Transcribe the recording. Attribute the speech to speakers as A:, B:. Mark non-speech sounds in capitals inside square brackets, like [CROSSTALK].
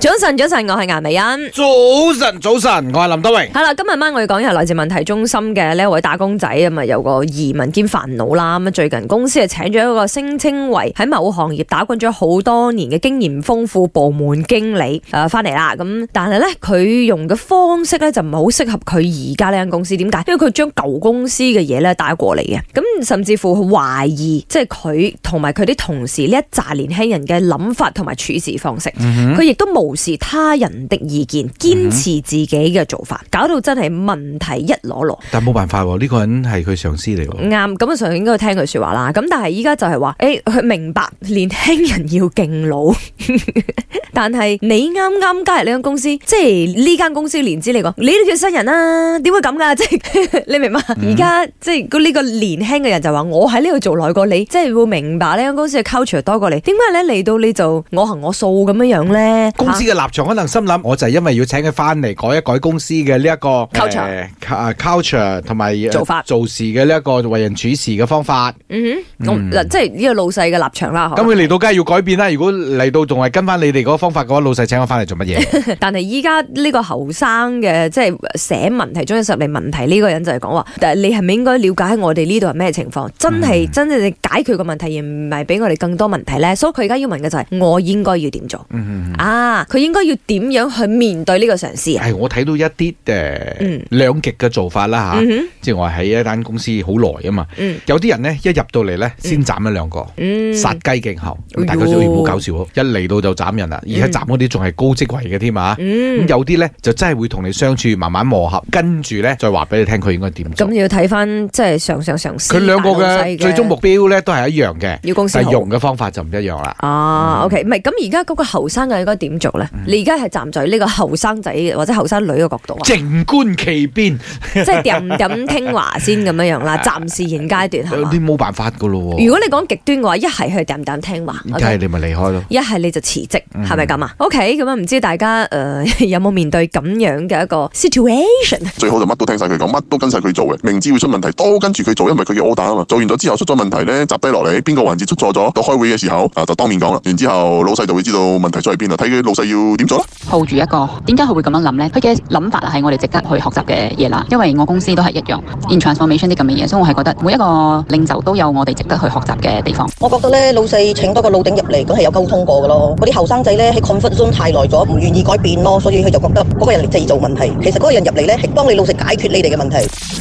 A: 早晨，早晨，我係顏美欣。
B: 早晨，早晨，我系林德榮。
A: 係啦，今日晚我要講嘅係來自問題中心嘅呢一位打工仔咁啊，有個移民兼煩惱啦。咁啊，最近公司啊請咗一個聲稱為喺某行業打滾咗好多年嘅經驗豐富部門經理誒翻嚟啦。咁但係咧，佢用嘅方式咧就唔係好適合佢而家呢間公司。點解？因為佢將舊公司嘅嘢咧帶過嚟嘅。咁甚至乎懷疑，即係佢同埋佢啲同事呢一紮年輕人嘅諗法同埋處事方式。
B: 嗯
A: 佢亦都無視他人的意見，堅持自己嘅做法，搞到真係問題一籮籮。
B: 但冇辦法喎，呢、個人係佢上司嚟喎。
A: 啱咁啊，上應該聽佢說話啦。咁但係依家就係話，誒、佢明白年輕人要敬老， [LAUGHS] 但係你啱啱加入呢間公司，即係呢間公司年資嚟講，你都叫新人啦、點會咁㗎？ [LAUGHS] 即係你明嘛？
B: 嗯
A: 而家、即係呢個年輕嘅人就話，我喺呢度做耐過你，即係會明白呢間公司嘅 culture 多過你。點解咧嚟到你就我行我素咁樣樣咧？
B: 公司嘅立場可能心諗，我就係因為要請佢翻嚟改一改公司嘅呢一個
A: Culture
B: 呃，cu- 啊 culture 同埋呃
A: 做法
B: 做事嘅呢一個為人處事嘅方法。
A: 嗯哼，我嗱、即係呢個老細嘅立場啦。
B: 咁佢嚟到梗係要改變啦。如果嚟到仲係跟翻你哋嗰個方法嘅話，老細請我翻嚟做
A: [LAUGHS]
B: 乜嘢？
A: [LAUGHS] 但係依家呢個後生嘅即係寫問題中嘅十嚟問題呢個人就係講話，但係你係咪應該了解我哋呢度係咩情況？真
B: 嗯
A: 係真正地解決個問題，而唔係俾我哋更多問題咧。所以佢而家要問嘅就係、我應該要點做
B: 嗯
A: 啊？佢應該要點樣去面對呢個嘗試啊？
B: 係我睇到一啲誒
A: 嗯
B: 兩極嘅做法啦
A: 嗯
B: 嚇，
A: 哼，
B: 即係我係喺一間公司好耐啊嘛。
A: 嗯
B: 有啲人呢，一入到嚟呢，先斬一兩個。
A: 嗯，
B: 殺雞儆猴，
A: 哎呦
B: 大家就唔好搞笑喎，一嚟到就斬人啦，而且斬嗰啲仲係高職位嘅添啊！咁
A: 嗯，
B: 有啲咧就真係會同你相處，慢慢磨合，跟住咧再話俾你聽佢應該點做
A: 咁。要睇翻即係上上上司
B: 嗯佢兩個
A: 大老細
B: 嘅最終目標咧都係一樣嘅，
A: 要公司
B: 但係
A: 好。
B: 用嘅方法就唔一樣啦。嗯
A: 啊，OK，唔係咁而家嗰個後生嘅應該點做咧？你而家係站在呢個後生仔或者後生女嘅角度啊，
B: 靜觀其變，
A: 即係掂咁聽話先咁樣
B: [LAUGHS]
A: 樣啦。暫時現階段係
B: 有
A: 嘛？
B: 啲冇辦法噶咯
A: 如
B: 喎。
A: 果你講極端嘅話，一係去掂掂聽話
B: 梗嗯係嗯
A: ，OK。
B: 你咪離開咯。
A: 一係你就辭職，係咪咁啊？OK，咁啊，唔知大家誒、呃有冇面對咁樣嘅一個 situation？
C: 最好就乜都聽晒佢講，乜都跟晒佢做嘅。明知會出問題，都跟住佢做，因為佢嘅 order 啊嘛。做完咗之後出咗問題咧，集低落嚟，邊個環節出錯咗，到開會嘅時候啊就當面講啦。然之後老細就會知道問題出喺邊啦，睇佢老細要點做啦。
D: 抱住一個點解佢會咁樣諗呢？佢嘅諗法係我哋值得去學習嘅嘢啦，因為我公司都係一樣 in transformation 啲咁嘅嘢，所以我係覺得每一個領袖都有我哋值得去學習嘅地方。
E: 我覺得咧，老細請多個老頂入嚟，梗係有溝通過噶咯。嗰啲後生仔咧喺 comfort zone 太耐咗，唔願意改變咯，所以佢就覺得嗰個人嚟製造問題。其實嗰個人入嚟咧係幫你老細解決你哋嘅問題。